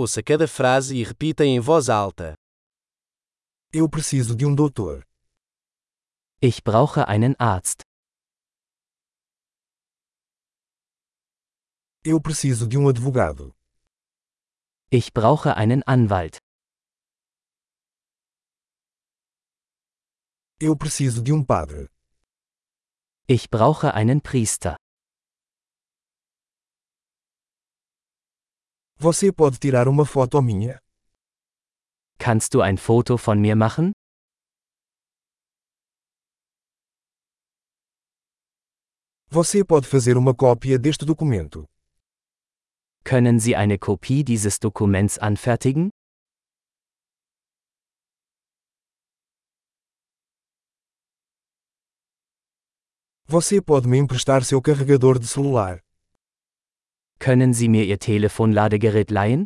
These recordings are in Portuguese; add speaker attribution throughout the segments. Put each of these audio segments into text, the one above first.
Speaker 1: Ouça cada frase e repita em voz alta.
Speaker 2: Eu preciso de um doutor.
Speaker 3: Ich brauche einen Arzt.
Speaker 2: Eu preciso de um advogado.
Speaker 3: Ich brauche einen Anwalt.
Speaker 2: Eu preciso de um padre.
Speaker 3: Ich brauche einen Priester.
Speaker 2: Você pode tirar uma foto minha?
Speaker 3: Kannst du ein Foto von mir machen?
Speaker 2: Você pode fazer uma cópia deste documento?
Speaker 3: Können Sie eine Kopie dieses Dokuments anfertigen?
Speaker 2: Você pode me emprestar seu carregador de celular?
Speaker 3: Können Sie mir Ihr Telefonladegerät leihen?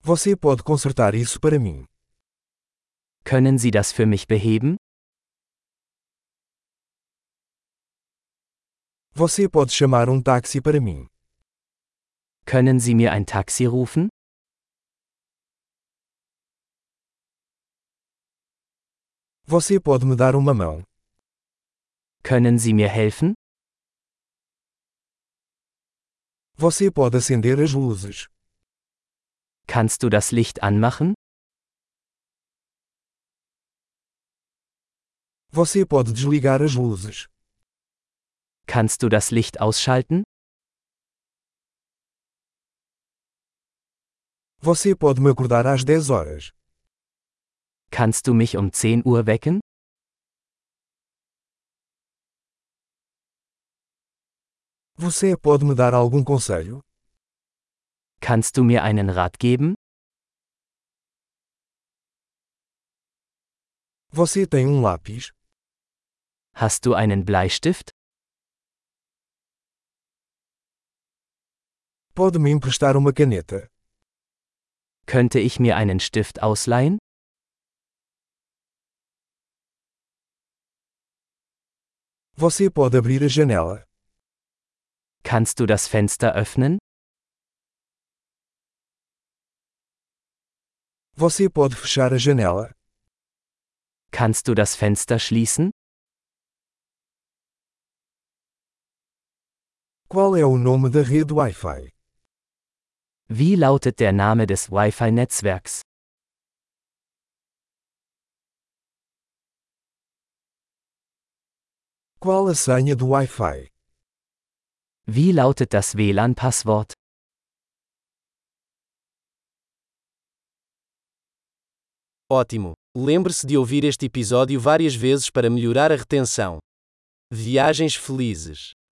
Speaker 2: Você pode consertar isso para mim?
Speaker 3: Können Sie das für mich beheben?
Speaker 2: Você pode chamar um táxi para mim?
Speaker 3: Können Sie mir ein Taxi rufen?
Speaker 2: Você pode me dar uma mão?
Speaker 3: Können Sie mir helfen?
Speaker 2: Você pode acender as luzes?
Speaker 3: Kannst du das Licht anmachen?
Speaker 2: Você pode desligar as luzes?
Speaker 3: Kannst du das Licht ausschalten?
Speaker 2: Você pode me acordar às 10 horas?
Speaker 3: Kannst du mich um 10 Uhr wecken?
Speaker 2: Você pode me dar algum conselho?
Speaker 3: Kannst du mir einen Rat geben?
Speaker 2: Você tem um lápis?
Speaker 3: Hast du einen Bleistift?
Speaker 2: Pode me emprestar uma caneta?
Speaker 3: Könnte ich mir einen Stift ausleihen?
Speaker 2: Você pode abrir a janela?
Speaker 3: Kannst du das Fenster öffnen?
Speaker 2: Você pode fechar a janela?
Speaker 3: Kannst du das Fenster schließen?
Speaker 2: Qual é o nome da rede Wi-Fi?
Speaker 3: Wie lautet der Name des Wi-Fi-Netzwerks?
Speaker 2: Qual a senha do Wi-Fi?
Speaker 3: Wie lautet das WLAN-Passwort?
Speaker 1: Ótimo! Lembre-se de ouvir este episódio várias vezes para melhorar a retenção. Viagens felizes!